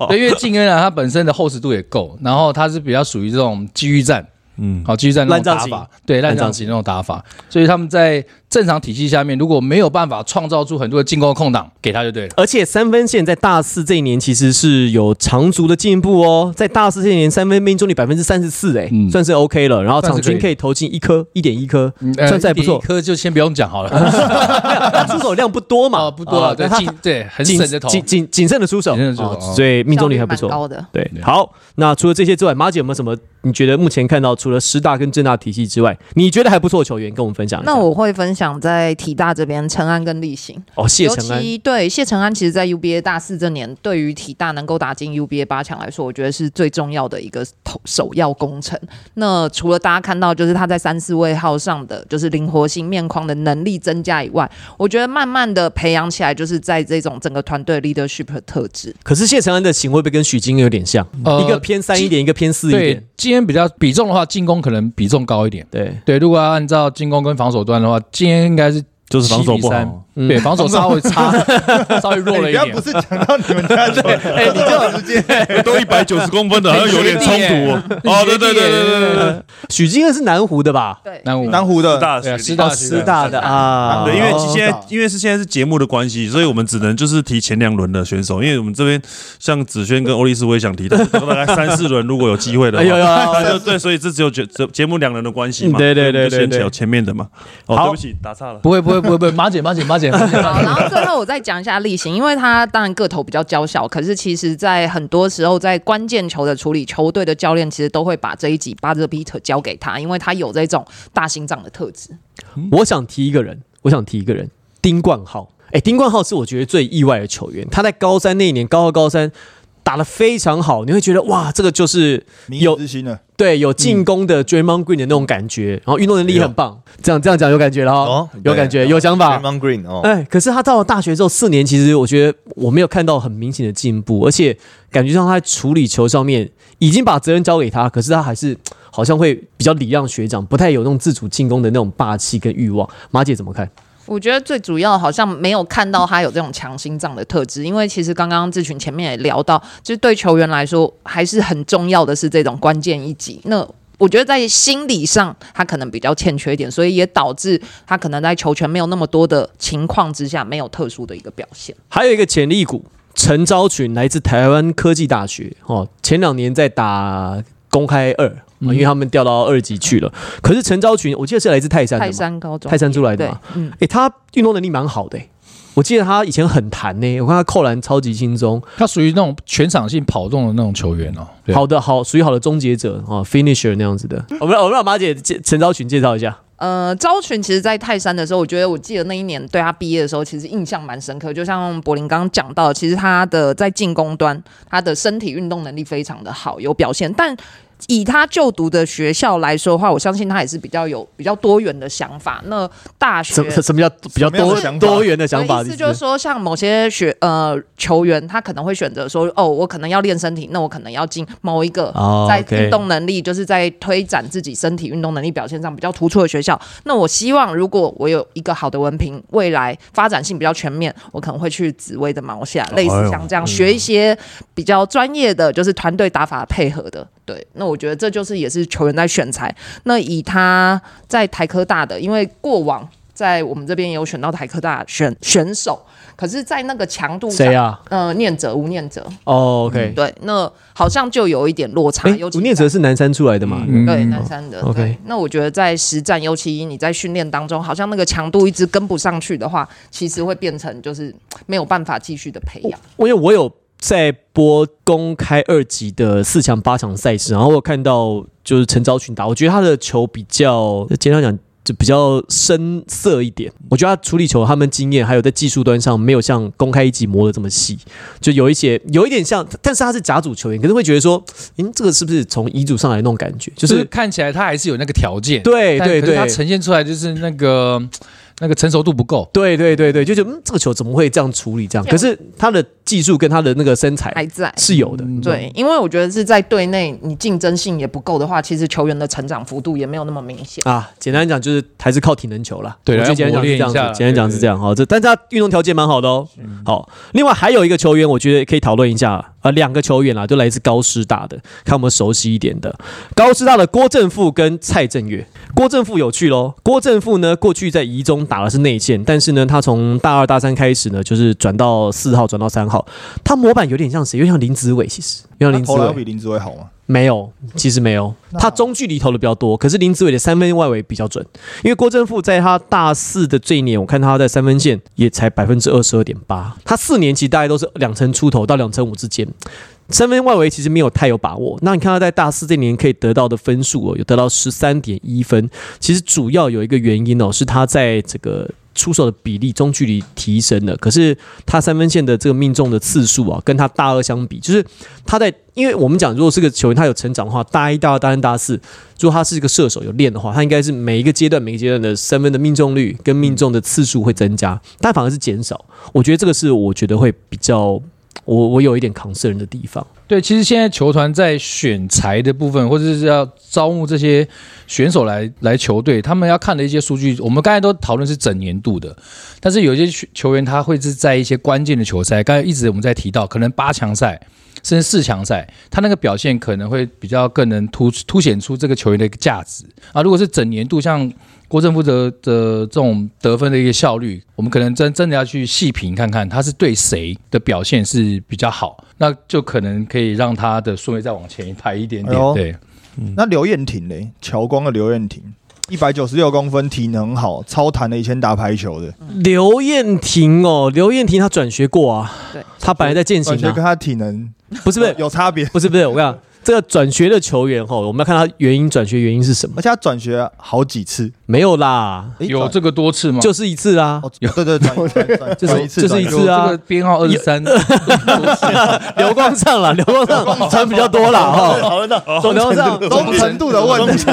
Speaker 3: 对，因为静恩啊，他本身的厚实度也够，然后他是比较属于这种机遇战，
Speaker 5: 嗯，
Speaker 3: 好，继续在那种打
Speaker 1: 烂仗
Speaker 3: 法，对烂仗型那种打法，所以他们在正常体系下面，如果没有办法创造出很多的进攻的空档，给他就对了。
Speaker 1: 而且三分线在大四这一年其实是有长足的进步哦，在大四这一年三分命中率百分之三十四，哎、
Speaker 3: 嗯
Speaker 1: 算是 OK 了。然后
Speaker 3: 算
Speaker 1: 场
Speaker 3: 是
Speaker 1: 均
Speaker 3: 可
Speaker 1: 可
Speaker 3: 以
Speaker 1: 以投进一颗一点一颗，
Speaker 3: 呃
Speaker 1: 嗯算是还不
Speaker 3: 一
Speaker 1: 错。
Speaker 3: 颗就先不用讲好了，
Speaker 1: 他 出手量不多嘛，
Speaker 3: 哦， 不多了，对，
Speaker 1: 但他
Speaker 3: 进对，很
Speaker 1: 谨
Speaker 3: 省着投。
Speaker 1: 谨谨谨慎的出手，
Speaker 3: 谨慎地出手
Speaker 1: 哦
Speaker 3: 哦
Speaker 1: 所以命中率还不
Speaker 6: 效率
Speaker 1: 错。
Speaker 6: 蛮高的。
Speaker 1: 对，好，那除了这些之外，马姐有没有什么你觉得目前看到除了师大跟正大体系之外，你觉得还不错的球员跟我们分享一下？
Speaker 6: 那我会分享在体大这边，陈安跟立行。
Speaker 1: 哦，谢承安
Speaker 6: 尤，其对谢承安，其实，在 UBA 大四这年，对于体大能够打进 UBA 八强来说，我觉得是最重要的一个头首要工程。那除了大家看到就是他在三四位号上的就是灵活性、面框的能力增加以外，我觉得慢慢的培养起来，就是在这种整个团队 leadership 的特质。
Speaker 1: 可是谢承安的型会不会跟许金有点像？
Speaker 3: 呃
Speaker 1: 一个偏三一点，一个偏四一
Speaker 3: 对
Speaker 1: 点。，
Speaker 3: 今天比较比重的话，进攻可能比重高一点。
Speaker 1: 对，
Speaker 3: 对，如果要按照进攻跟防守端的话，今天应该是
Speaker 5: 就是防守
Speaker 3: 7
Speaker 5: 不
Speaker 3: 比3
Speaker 5: 好，
Speaker 1: 嗯
Speaker 3: 对防守稍微 差，稍微弱了
Speaker 2: 哎你
Speaker 3: 一
Speaker 2: 不要
Speaker 3: 点
Speaker 2: 不。是讲到你们 家球，哎，你就直接
Speaker 5: 都一百九十公分的，好像有点冲突哦。哦，对对对对对对对，
Speaker 1: 呃许金恩是南湖的吧？
Speaker 6: 对
Speaker 3: 南武
Speaker 2: 南湖的
Speaker 5: 大
Speaker 3: 对啊
Speaker 5: 学
Speaker 3: 师
Speaker 5: 弟。
Speaker 3: 大
Speaker 1: 哦，
Speaker 3: 学
Speaker 1: 师大的啊，
Speaker 5: 对，因为
Speaker 1: 哦
Speaker 5: 现在
Speaker 2: 哦
Speaker 5: 因为是现在是节目的关系，所以我们只能就是提前两轮的选手，因为我们这边像子轩跟欧丽丝我也想提，但是大概三四轮如果有机会的
Speaker 1: 哎呦
Speaker 5: 话，
Speaker 1: 呦，
Speaker 5: 就对，所以这只有节节目两人的关系
Speaker 1: 嗯
Speaker 5: 嘛，
Speaker 1: 对对
Speaker 5: 所以我
Speaker 1: 对
Speaker 5: 们就
Speaker 1: 对
Speaker 5: 先
Speaker 1: 对
Speaker 5: 聊前面的嘛。哦，
Speaker 1: 好
Speaker 5: 对不起，打岔了。
Speaker 3: 不会不会不会不会，马姐马姐马姐，马姐
Speaker 6: 好，然后最后我再讲一下例行，因为他当然个头比较娇小，可是其实在很多时候在关键球的处理，球队的教练其实都会把这一集巴特皮特交给他，因为他有这种大心脏的特质。
Speaker 1: 我想提一个人，我想提一个人，丁冠浩。哎，丁冠浩是我觉得最意外的球员，他在高三那一年，高二、高三打得非常好，你会觉得哇，这个就是
Speaker 2: 明日之星了，
Speaker 1: 对有
Speaker 4: 嗯
Speaker 1: 进攻的 Draymond Green 的那种感觉，然后运动能力也很棒。这样这样讲有感觉了哦
Speaker 4: 哎哦，
Speaker 1: 有感觉，
Speaker 4: 对
Speaker 1: 有想法。
Speaker 4: Draymond Green 哦，
Speaker 1: 哎，可是他到了大学之后四年，其实我觉得我没有看到很明显的进步，而且感觉上他在处理球上面已经把责任交给他，可是他还是嘖好像会比较礼让学长，不太有那种自主进攻的那种霸气跟欲望。马姐怎么看？
Speaker 6: 我觉得最主要好像没有看到他有这种强心脏的特质，因为其实刚刚志群前面也聊到，就是对球员来说还是很重要的是这种关键一击。那我觉得在心理上他可能比较欠缺一点，所以也导致他可能在球权没有那么多的情况之下，没有特殊的一个表现。
Speaker 1: 还有一个潜力股陈昭群，来自台湾科技大学哦，前两年在打公开二、哦因为他们调到二级去了。可是陈昭群，我记得是来自泰山的
Speaker 6: 泰
Speaker 1: 嘛，
Speaker 6: 山高中，
Speaker 1: 泰山出来的
Speaker 6: 对
Speaker 1: 嘛。，
Speaker 6: 嗯，
Speaker 1: 诶，他运动能力蛮好的、诶我记得他以前很弹呢、我看他扣篮超级轻松，
Speaker 3: 他属于那种全场性跑动的那种球员哦。对
Speaker 1: 好的好，属于好的终结者啊、哦、，finisher 那样子的。我们让我们让马姐介陈昭群介绍一下。
Speaker 6: 呃，招群其实，在泰山的时候，我觉得我记得那一年对他毕业的时候，其实印象蛮深刻。就像柏林刚刚讲到，其实他的在进攻端，他的身体运动能力非常的好，有表现，但。以他就读的学校来说的话，我相信他也是比较有比 较多元的想法。那大学
Speaker 1: 什么什么叫比较
Speaker 2: 什么样的
Speaker 1: 多
Speaker 2: 想法
Speaker 1: 多元的想法？
Speaker 6: 意思就是说，像某些学呃球员，他可能会选择说，哦，我可能要练身体，那我可能要进某一个
Speaker 1: 哦
Speaker 6: 在
Speaker 1: OK
Speaker 6: 运动能力，就是在推展自己身体运动能力表现上比较突出的学校。那我希望，如果我有一个好的文凭，未来发展性比较全面，我可能会去紫薇的毛下，
Speaker 1: 哦哎
Speaker 6: 类似像这样、学一些比较专业的，就是团队打法配合的。对，那我觉得这就是也是球员在选材。那以他在台科大的，因为过往在我们这边也有选到台科大选选手，可是，在那个强度上
Speaker 1: 谁？啊？
Speaker 6: 呃，念者吴念者，
Speaker 1: 哦，OK，
Speaker 6: 对，那好像就有一点落差。
Speaker 1: 哎
Speaker 6: 尤，其
Speaker 1: 吴念
Speaker 6: 在
Speaker 1: 哲是南山出来的嘛？
Speaker 6: 对南山的。
Speaker 1: 嗯 OK
Speaker 6: 对那我觉得在实战，尤其你在训练当中，好像那个强度一直跟不上去的话，其实会变成就是没有办法继续的培养。
Speaker 1: 我因为我有在播公开二级的四强、八强赛事，然后我有看到就是陈昭群打，我觉得他的球比较简单讲。就比较深色一点，我觉得他处理球，他们经验还有在技术端上没有像公开一级磨的这么细，就有一些有一点像，但是他是甲组球员，可是会觉得说，嗯，这个是不是从乙组上来那种感觉？就
Speaker 3: 就是是看起来他还是有那个条件，
Speaker 1: 对
Speaker 3: 但
Speaker 1: 对
Speaker 3: 可是
Speaker 1: 对，
Speaker 3: 他呈现出来就是那个那个成熟度不够。
Speaker 1: 对对对对，就觉得嗯，这个球怎么会这样处理这样？可是他的技术跟他的那个身材
Speaker 6: 还在，
Speaker 1: 是有
Speaker 3: 嗯
Speaker 1: 的，
Speaker 6: 对，因为我觉得是在队内你竞争性也不够的话，其实球员的成长幅度也没有那么明显。
Speaker 1: 啊，简单讲就是还是靠体能球啦。
Speaker 3: 对
Speaker 1: 我
Speaker 3: 要
Speaker 1: 觉得简单讲
Speaker 3: 磨
Speaker 1: 是
Speaker 3: 练
Speaker 1: 这样
Speaker 3: 一下
Speaker 1: 子，简单讲是这样。好，这但是他运动条件蛮好的哦。好，另外还有一个球员，我觉得可以讨论一下啊、呃，两个球员啦，就来自高师大的，看我们熟悉一点的。高师大的郭正富跟蔡振岳。郭正富有趣喽，郭正富呢，过去在宜中打的是内线，但是呢，他从大二大三开始呢，就是转到四号，转到三号。他模板有点像谁？有点像林子伟，其实有点像林
Speaker 2: 他
Speaker 1: 子
Speaker 2: 投
Speaker 3: 啊
Speaker 2: 篮
Speaker 1: 伟
Speaker 2: 有。比林子伟好吗？
Speaker 1: 没有，其实没有，他中距离投的比较多，可是林子伟的三分外围比较准。因为郭正富在他大四的这一年，我看他在三分线也才百分之二十二点八，他四年级大概都是两成出头到两成五之间。三分外围其实没有太有把握。那你看他在大四这年可以得到的分数哦，有得到十三点一分，其实主要有一个原因哦，是他在这个出手的比例中距离提升了，可是他三分线的这个命中的次数啊，跟他大二相比，就是他在，因为我们讲，如果是个球员，他有成长的话，大一、大二、大三、大四，如果他是一个射手有练的话，他应该是每一个阶段、每个阶段的三分的命中率跟命中的次数会增加，但反而是减少。我觉得这个是我觉得会比较。我我有一点 concern 的地方，
Speaker 3: 对，其实现在球团在选材的部分，或者是要招募这些选手来来球队，他们要看的一些数据，我们刚才都讨论是整年度的，但是有一些球员他会是在一些关键的球赛，刚才一直我们在提到，可能八强赛甚至四强赛，他那个表现可能会比较更能突凸显出这个球员的一个价值啊。如果是整年度像。郭正富的的这种得分的一个效率，我们可能真真的要去细品看看，他是对谁的表现是比较好，那就可能可以让他的顺位再往前一排一点点。
Speaker 2: 哎呦
Speaker 3: 对，
Speaker 1: 嗯
Speaker 2: 那刘彦廷嘞，侨光的刘彦廷，一百九十六公分，体能好，超弹的，以前打排球的，
Speaker 1: 刘燕婷哦，刘燕婷她转学过啊，
Speaker 6: 对，
Speaker 1: 她本来在践行
Speaker 2: 感觉
Speaker 1: 啊
Speaker 2: 跟，他体能
Speaker 1: 不是不是
Speaker 2: 有差别，
Speaker 1: 不是不是，我跟你讲，这个转学的球员哈，我们要看他原因，转学原因是什么？
Speaker 2: 而且他转学好几次，
Speaker 1: 没有啦，
Speaker 2: 诶
Speaker 3: 有
Speaker 2: 转
Speaker 3: 这个多次吗？
Speaker 1: 就是一次啦，
Speaker 2: 哦，对对，转转转
Speaker 1: 就是
Speaker 2: 转一次，
Speaker 1: 就是
Speaker 2: 转
Speaker 1: 一
Speaker 2: 次
Speaker 1: 次啊
Speaker 3: 这个编号二十 三，
Speaker 1: 流光上啦，流光上成比较多啦哈，
Speaker 4: 好了，那
Speaker 5: 哦
Speaker 1: 流光上
Speaker 2: 忠诚度的问题，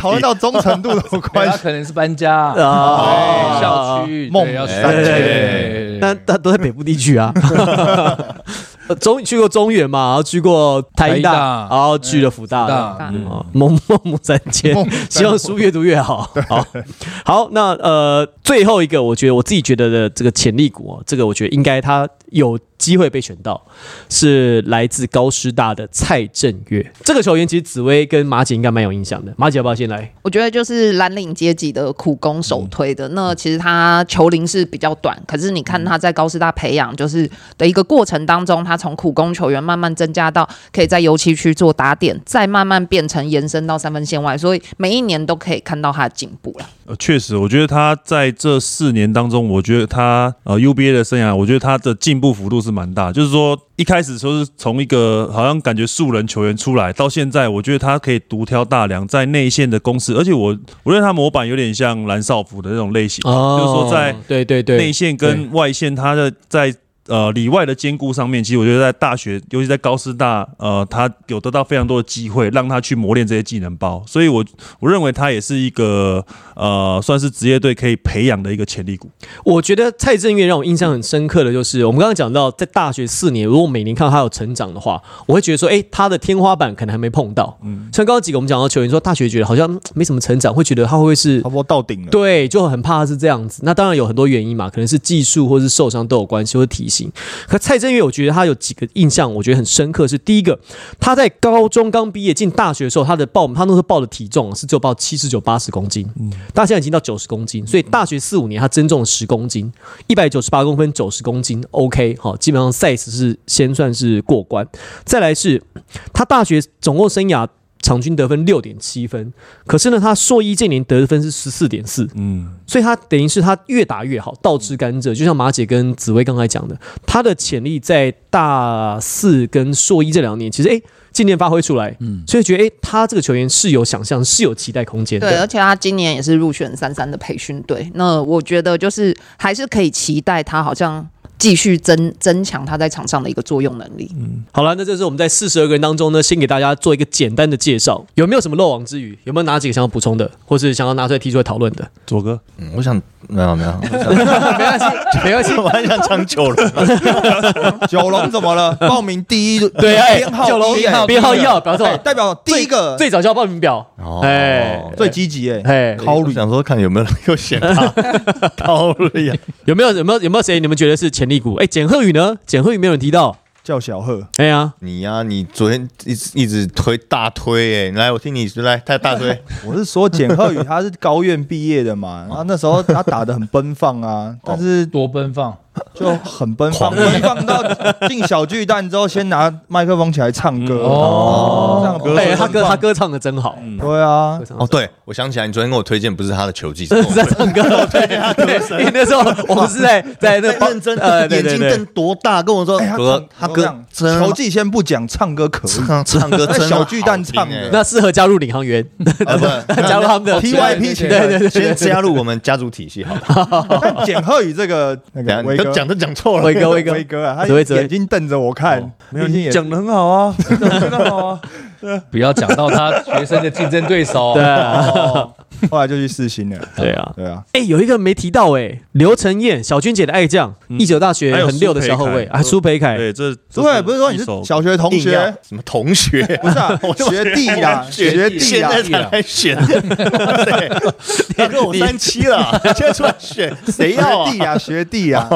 Speaker 2: 讨论到忠诚度的 关
Speaker 3: 他
Speaker 2: 系。
Speaker 3: 可能是搬家啊，
Speaker 5: 哦
Speaker 1: 啊
Speaker 3: 对校区
Speaker 2: 梦
Speaker 3: 对要
Speaker 2: 哎
Speaker 3: 搬家
Speaker 1: 对
Speaker 3: 对
Speaker 1: 但他都在北部地区啊。 呃中去过中原嘛，然后去过台医
Speaker 3: 台
Speaker 1: 大
Speaker 3: 大，
Speaker 1: 然后去了福大，
Speaker 3: 大
Speaker 6: 大
Speaker 1: 哦梦梦母三千，希望书越读越好。好，好，那呃，最后一个，我觉得我自己觉得的这个潜力股哦，这个我觉得应该他有机会被选到，是来自高师大的蔡振岳这个球员。其实紫薇跟马姐应该蛮有印象的，马姐要不要先来？
Speaker 6: 我觉得就是蓝领阶级的苦工首推的。那其实他球龄是比较短，可是你看他在高师大培养就是的一个过程当中，他从苦工球员慢慢增加到可以在油漆区做打点，再慢慢变成延伸到三分线外，所以每一年都可以看到他的进步了。
Speaker 5: 呃，确实，我觉得他在这四年当中，我觉得他呃 UBA 的生涯，我觉得他的进步幅度是蛮大。就是说，一开始说是从一个好像感觉素人球员出来，到现在，我觉得他可以独挑大梁，在内线的攻势，而且我我认为他模板有点像蓝少辅的那种类型，
Speaker 1: 哦
Speaker 5: 哦就是说在
Speaker 1: 对对
Speaker 5: 内
Speaker 1: 对，
Speaker 5: 线跟外线，他的在呃里外的兼顾上面，其实我觉得在大学，尤其在高师大，呃，他有得到非常多的机会，让他去磨练这些技能包。所以我，我认为他也是一个呃，算是职业队可以培养的一个潜力股。
Speaker 1: 我觉得蔡振岳让我印象很深刻的就是，我们刚刚讲到，在大学四年，如果每年看到他有成长的话，我会觉得说，哎，他的天花板可能还没碰到。嗯，像刚刚几个我们讲到球员说，大学觉得好像嗯没什么成长，会觉得他会不会是
Speaker 2: 差不多到顶了，
Speaker 1: 对，就很怕是这样子。那当然有很多原因嘛，可能是技术或是受伤都有关系，或是体情。可蔡正月，我觉得他有几个印象，我觉得很深刻是第一个，他在高中刚毕业进大学的时候，他的报他那时候报的体重啊是只有报七十九八十公斤，他现在已经到九十公斤，所以大学四五年他增重了十公斤，嗯一百九十八公分九十公斤，OK，好，基本上 size 是先算是过关。再来是他大学总共生涯场均得分六点七分，可是呢，他硕一这年得分是十四点四，
Speaker 5: 嗯，
Speaker 1: 所以他等于是他越打越好，倒吃甘蔗。就像马姐跟紫薇刚才讲的，他的潜力在大四跟硕一这两年，其实诶渐渐发挥出来，嗯，所以觉得诶他这个球员是有想象，是有期待空间
Speaker 6: 对，啊
Speaker 1: 的。
Speaker 6: 而且他今年也是入选三三的培训队，那我觉得就是还是可以期待他好像继续增增强他在场上的一个作用能力。
Speaker 1: 好了，那这是我们在四十二个人当中呢，先给大家做一个简单的介绍。有没有什么漏网之鱼？有没有哪几个想要补充的，或是想要拿出来提出来讨论的？
Speaker 5: 左哥，
Speaker 4: 嗯我想没有 没有，我
Speaker 1: 没关系，没关系
Speaker 4: 想。我还想讲九人，
Speaker 2: 九龙怎么了？报名第一，
Speaker 1: 对，哎
Speaker 2: 编，号
Speaker 1: 九龙
Speaker 2: 一哎
Speaker 1: 编号一号，表示
Speaker 2: 哎
Speaker 1: 我
Speaker 2: 代表第一个
Speaker 1: 最早就要报名表
Speaker 4: 哦，
Speaker 1: 哎，
Speaker 2: 最积极哎，
Speaker 1: 哎，
Speaker 2: 考
Speaker 4: 我
Speaker 2: 虑
Speaker 4: 想说看有没有人有选 他，高丽啊，
Speaker 1: 有没有有没有有没有谁你们觉得是潜力股？哎，简鹤宇呢？简鹤宇没有人提到。
Speaker 2: 叫小贺，
Speaker 1: 哎呀，
Speaker 4: 你呀、你昨天一直一直推大推哎、来我听你来，他 大推，
Speaker 2: 我是说简鹤宇他是高院毕业的嘛，
Speaker 1: 哦
Speaker 2: 然后那时候他打的很奔 放啊，但是
Speaker 3: 多奔放，
Speaker 2: 就很奔放，
Speaker 4: 狂
Speaker 2: 奔放到进小巨蛋之后，先拿麦克风起来唱歌
Speaker 5: 嗯
Speaker 3: 哦
Speaker 2: 唱歌
Speaker 1: 哎，
Speaker 2: 很
Speaker 1: 他歌
Speaker 2: 棒
Speaker 1: 他歌唱的真好。
Speaker 2: 对啊，
Speaker 4: 哦，对，我想起来，你昨天跟我推荐不是他的球 技，
Speaker 1: 真的是在唱歌， 对，因为那时候我们是在在那个
Speaker 4: 认真，
Speaker 1: 呃，对
Speaker 4: 眼
Speaker 1: 对
Speaker 4: 睛
Speaker 1: 对
Speaker 4: 瞪，多大，跟我说，
Speaker 2: 哎他
Speaker 4: 哥
Speaker 2: 唱，
Speaker 4: 他
Speaker 2: 我
Speaker 4: 哥
Speaker 2: 想
Speaker 4: 真
Speaker 2: 球技先不讲，唱歌可以。
Speaker 4: 唱唱歌
Speaker 2: 在
Speaker 4: 真哦
Speaker 2: 小巨蛋唱的
Speaker 4: 的
Speaker 1: 那适合加入领航员，
Speaker 4: 好听欸，
Speaker 1: 加入他们的
Speaker 2: TYP
Speaker 1: 对
Speaker 2: 前
Speaker 1: 对对
Speaker 4: 不，先加入我们家族体系 好了，
Speaker 2: 但简鹤宇这个那
Speaker 4: 哦等
Speaker 2: 个
Speaker 4: 一
Speaker 2: 威
Speaker 4: 下
Speaker 2: 哥
Speaker 4: 都，讲都讲错了
Speaker 1: 威，哥威哥
Speaker 2: 威哥啊，他
Speaker 1: 紫薇紫薇
Speaker 2: 眼睛瞪着我
Speaker 4: 哦
Speaker 2: 看，
Speaker 5: 没有
Speaker 2: 毕竟也
Speaker 5: 你讲的很好啊，讲的很好啊，
Speaker 3: 不要讲到他学生的竞争对手。
Speaker 1: 对啊
Speaker 3: 哦
Speaker 2: 后来就去试新了。
Speaker 1: 对啊。
Speaker 2: 对啊，
Speaker 1: 哎，有一个没提到哎，刘承彦，小军姐的爱将，一九大学
Speaker 5: 还有
Speaker 1: 很溜的小后卫
Speaker 5: 苏
Speaker 1: 啊，苏培
Speaker 5: 培凯
Speaker 1: 凯，
Speaker 5: 对，这
Speaker 2: 对，不是说你是小学同
Speaker 4: 硬要
Speaker 2: 学，
Speaker 4: 什么同学
Speaker 2: 不？是 啊，学弟啦，学弟
Speaker 4: 现
Speaker 2: 啦
Speaker 4: 在，才来选，对，他跟我三七了，现在出来选，谁要
Speaker 2: 学
Speaker 4: 啊哦
Speaker 2: 弟？啊，学弟 啊，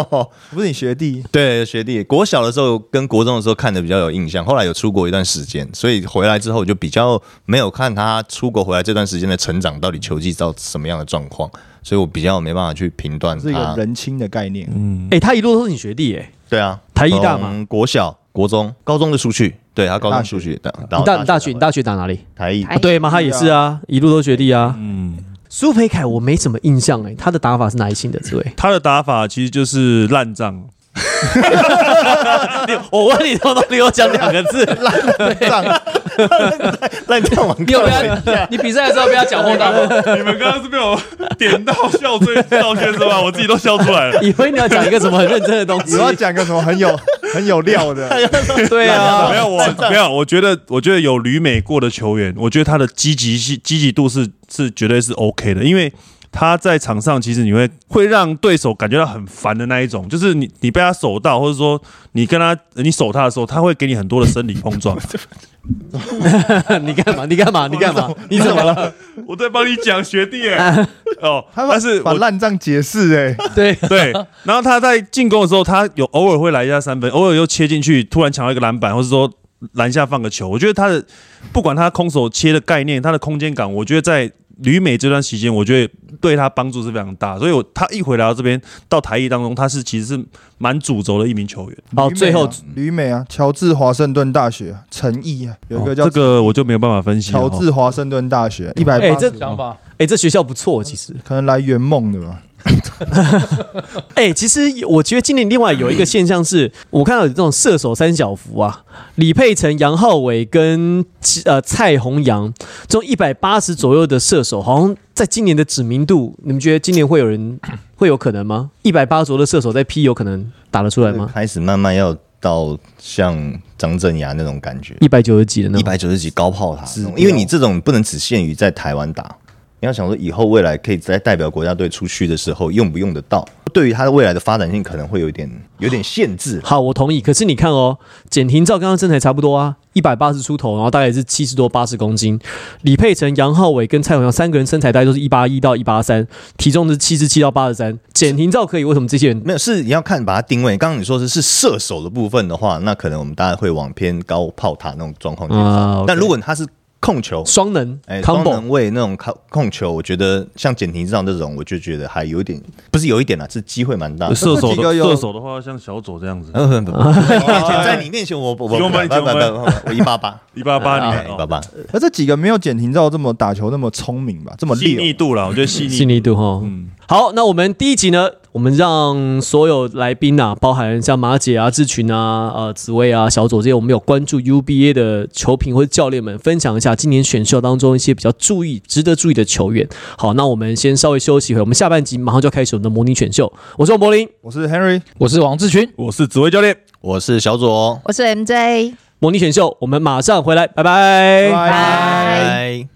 Speaker 2: 不是你学弟，
Speaker 4: 对，学弟，国小的时候跟国中的时候看的比较有印象，后来有出国一段时间，所以回来之后我就比较没有看他出国回来这段时间的成长到底球技到什么样的状况，所以我比较没办法去评断
Speaker 2: 是一个
Speaker 4: 他。
Speaker 2: 人亲的概念。
Speaker 4: 嗯
Speaker 1: 哎，他一路都是你学弟哎，
Speaker 4: 对啊，
Speaker 1: 台艺大嘛
Speaker 4: 从国小、国中、高中的出去，对他高中出去，然
Speaker 1: 你
Speaker 4: 后
Speaker 1: 大你大学
Speaker 4: 学
Speaker 1: 你大学打哪里？
Speaker 4: 台艺
Speaker 6: 台
Speaker 1: 啊，对嘛，他也是啊，一路都学弟啊。
Speaker 5: 嗯。
Speaker 1: 苏培凯我没什么印象哎、他的打法是哪一型的滋
Speaker 5: ？
Speaker 1: 味
Speaker 5: 他的打法其实就是烂 仗，
Speaker 1: 我问你，他妈你给我讲两个字，
Speaker 4: 烂掉完
Speaker 3: 你有不要？ 你比赛的时候不要讲后大后，
Speaker 5: 你们刚刚是被我点到笑醉道歉是吧？我自己都笑出来了。
Speaker 1: 以为你要讲一个什么很认真的东西
Speaker 2: 你？要讲个什么很有 很有料的？
Speaker 1: 对啊
Speaker 5: 没，有我没有，我觉得我觉得有旅美过的球员，我觉得他的积极性、积极度是是绝对是 OK 的，因为他在场上其实你会会让对手感觉到很烦的那一种，就是你你被他守到，或者说你跟他你守他的时候，他会给你很多的生理碰 撞。哦
Speaker 1: 你干嘛？你干嘛？你干嘛？你怎么了？
Speaker 5: 我在帮你讲学弟哎，哦，
Speaker 2: 他把
Speaker 5: 但是
Speaker 2: 把
Speaker 5: 我
Speaker 2: 烂账解释哎，
Speaker 1: 对，
Speaker 5: 对，然后他在进攻的时候，他有偶尔会来一下三分，偶尔又切进去，突然抢到一个篮板，或是说篮下放个球。我觉得他的不管他空手切的概念，他的空间感，我觉得在旅美这段时间，我觉得对他帮助是非常大。所以我他一回来到这边到台艺当中，他是其实是蛮主轴的一名球员。
Speaker 1: 好，最后
Speaker 2: 旅啊美啊，乔治华盛顿大学陈毅啊，有一个
Speaker 5: 哦
Speaker 2: 叫
Speaker 5: 这个我就没有办法分析了
Speaker 2: 乔
Speaker 5: 哦。
Speaker 2: 治华盛顿大学一百
Speaker 1: 哎
Speaker 2: 八
Speaker 1: 这
Speaker 2: 十，
Speaker 3: 想法
Speaker 1: 哎，这学校不错，其实。
Speaker 2: 可能来圆梦的吧？
Speaker 1: 哎、其实我觉得今年另外有一个现象是，我看到有这种射手三小福啊，李佩成、杨浩伟跟呃蔡宏洋这种一百八十左右的射手，好像在今年的知名度，你们觉得今年会有人会有可能吗？一百八十左右的射手在 P 有可能打得出来吗？
Speaker 4: 开始慢慢要到像张镇雅那种感觉，
Speaker 1: 一百九十几的那
Speaker 4: 一
Speaker 1: 种，
Speaker 4: 百九十几高炮他
Speaker 2: 指标，
Speaker 4: 因为你这种不能只限于在台湾打。你要想说以后未来可以在代表国家队出去的时候用不用得到，对于他的未来的发展性可能会有一点有点限制。
Speaker 1: 好，我同意。可是你看哦，简廷照刚刚身材差不多啊，一百八十出头，然后大概也是七十多八十公斤。李佩成、杨浩伟跟蔡永祥三个人身材大概都是一八一到一八三，体重是七十七到八十三。简廷照可以，为什么这些人
Speaker 4: 没有，是你要看把它定位。刚刚你说的是射手的部分的话，那可能我们大家会往偏高炮塔那种状况去发
Speaker 1: 啊，OK
Speaker 4: 但如果他是控球，
Speaker 1: 双能
Speaker 4: 哎，双
Speaker 1: combo？
Speaker 4: 能位那种控控球，我觉得像简廷这样这种，我就觉得还有一点，不是有一点啦，是机会蛮大的。
Speaker 5: 射
Speaker 2: 这
Speaker 5: 手
Speaker 2: 几
Speaker 5: 的
Speaker 2: 个有
Speaker 5: 射手的话，像小左这样子，
Speaker 4: 呃不不不在你面前我我我
Speaker 5: 几公分
Speaker 4: 不不不
Speaker 5: 几公
Speaker 4: 不不我一八八，
Speaker 5: 一八八
Speaker 4: 哎
Speaker 5: 零哦
Speaker 4: 一八八，
Speaker 2: 而这几个没有简廷照这么打球那么聪明吧，这么
Speaker 5: 细腻
Speaker 2: 溜。
Speaker 5: 度啦，我觉得细
Speaker 1: 细
Speaker 5: 腻。
Speaker 1: 腻度哈。好，那我们第一集呢，我们让所有来宾啊，包含像马姐啊、志群啊、呃、紫薇啊、小左这些，我们有关注 UBA 的球评或者教练们，分享一下今年选秀当中一些比较注意、值得注意的球员。好，那我们先稍微休息一会儿，我们下半集马上就要开始我们的模拟选秀。我是王柏林，
Speaker 2: 我是 Henry，
Speaker 3: 我是王志群，
Speaker 5: 我是紫薇教练，
Speaker 4: 我是小左，
Speaker 6: 我是 MJ，
Speaker 5: 哎
Speaker 1: 模拟选秀，我们马上回来，拜拜
Speaker 2: 拜。
Speaker 6: 拜。
Speaker 4: 拜。